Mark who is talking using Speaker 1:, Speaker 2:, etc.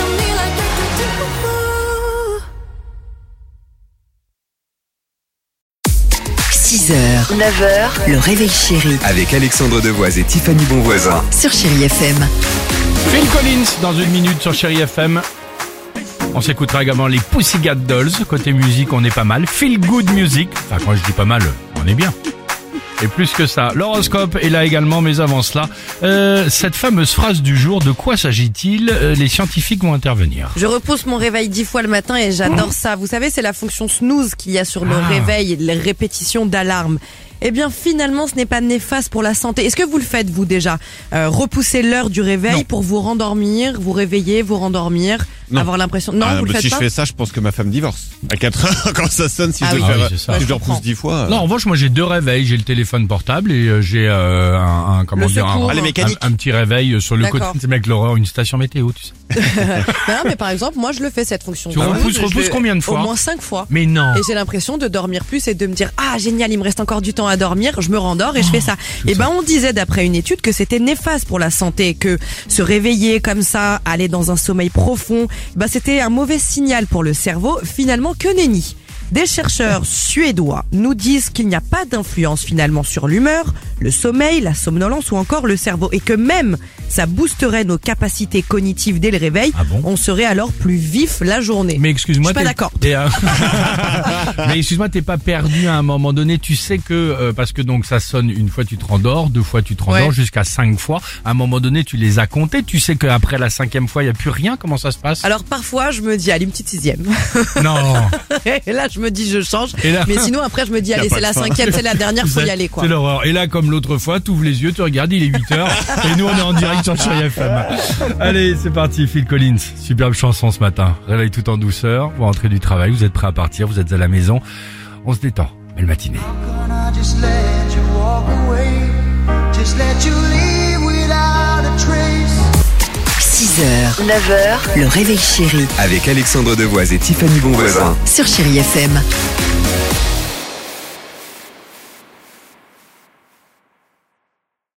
Speaker 1: on me like you could do. Ooh.
Speaker 2: 6h, 9h, le réveil chéri
Speaker 3: Avec Alexandre Devoise et Tiffany Bonvoisin.
Speaker 2: sur Chérie FM.
Speaker 4: Phil Collins dans une minute sur Chéri FM. On s'écoutera également les Pussycat Dolls. Côté musique, on est pas mal. Feel Good Music. Enfin, quand je dis pas mal, on est bien. Et plus que ça, l'horoscope est là également, mais avant cela, euh, cette fameuse phrase du jour, de quoi s'agit-il Euh, Les scientifiques vont intervenir.
Speaker 5: Je repousse mon réveil dix fois le matin et j'adore ça. Vous savez, c'est la fonction snooze qu'il y a sur le
Speaker 4: Ah.
Speaker 5: réveil, les répétitions d'alarme. Eh bien, finalement, ce n'est pas néfaste pour la santé. Est-ce que vous le faites, vous, déjà Euh, Repousser l'heure du réveil pour vous rendormir, vous réveiller, vous rendormir,
Speaker 6: Non.
Speaker 5: avoir l'impression... Non,
Speaker 6: Ah,
Speaker 5: vous le
Speaker 6: bah,
Speaker 5: faites
Speaker 6: si
Speaker 5: pas
Speaker 6: je fais ça, je pense que ma femme divorce. À 4 heures, quand ça sonne, si
Speaker 5: Ah
Speaker 6: je
Speaker 5: oui.
Speaker 6: le
Speaker 4: Ah
Speaker 6: fais-
Speaker 4: oui, c'est ça.
Speaker 6: si je
Speaker 5: Ouais, je
Speaker 6: le repousse
Speaker 5: comprends.
Speaker 6: 10 fois. euh,
Speaker 4: Non, en revanche, moi j'ai deux réveils. J'ai le téléphone portable et euh, j'ai euh, un, un- comment
Speaker 5: Le
Speaker 4: dire, un,
Speaker 5: secours. Ah, les
Speaker 6: mécaniques.
Speaker 4: un- un petit réveil sur le côté.
Speaker 5: D'accord.
Speaker 4: C'est mec l'horreur, une station météo, tu sais.
Speaker 5: Ben non, mais par exemple, moi, je le fais, cette fonction.
Speaker 4: Tu
Speaker 5: Ah ouais
Speaker 4: repousses,
Speaker 5: Je le-
Speaker 4: repousses combien de fois
Speaker 5: Au moins cinq fois.
Speaker 4: Mais non.
Speaker 5: Et j'ai l'impression de dormir plus et de me dire ah génial il me reste encore du temps à dormir je me rendors et je fais
Speaker 4: Oh,
Speaker 5: ça. Et ben on disait d'après une étude que c'était néfaste pour la santé que se réveiller comme ça aller dans un sommeil profond bah c'était un mauvais signal pour le cerveau finalement que nenni. Des chercheurs suédois nous disent qu'il n'y a pas d'influence finalement sur l'humeur, le sommeil, la somnolence ou encore le cerveau et que même ça boosterait nos capacités cognitives dès le réveil,
Speaker 4: Ah bon
Speaker 5: on serait alors plus vif la journée.
Speaker 4: Mais excuse-moi.
Speaker 5: Je suis pas
Speaker 4: t'es-
Speaker 5: d'accord.
Speaker 4: t'es un- Mais excuse-moi, t'es pas perdu à un moment donné. Tu sais que euh, parce que donc ça sonne une fois tu te rendors, deux fois tu te rendors,
Speaker 5: Ouais.
Speaker 4: jusqu'à cinq fois. À un moment donné, tu les as comptés. Tu sais qu'après la cinquième fois, il y a plus rien. Comment ça se passe
Speaker 5: Alors parfois je me dis allez une petite sixième.
Speaker 4: Non.
Speaker 5: Et là, je me dis, je change.
Speaker 4: Et là-
Speaker 5: Mais sinon, après, je me dis,
Speaker 6: a
Speaker 5: allez,
Speaker 6: pas
Speaker 5: c'est
Speaker 6: de
Speaker 5: la
Speaker 6: fin.
Speaker 5: cinquième, c'est la dernière, faut y aller, quoi.
Speaker 4: C'est l'horreur. Et là, comme l'autre fois, tu ouvres les yeux, tu regardes, il est 8 heures. et nous, on est en direct sur Chérie FM. Allez, c'est parti, Phil Collins. Superbe chanson ce matin. Réveil tout en douceur. Vous rentrez du travail, vous êtes prêt à partir, vous êtes à la maison. On se détend. Belle matinée.
Speaker 7: Can I just let you walk away? Just let you leave without a trace.
Speaker 2: 6h, 9h, le réveil chéri
Speaker 3: Avec Alexandre Devoise et Tiffany Bonvoisin.
Speaker 2: sur Chérie FM.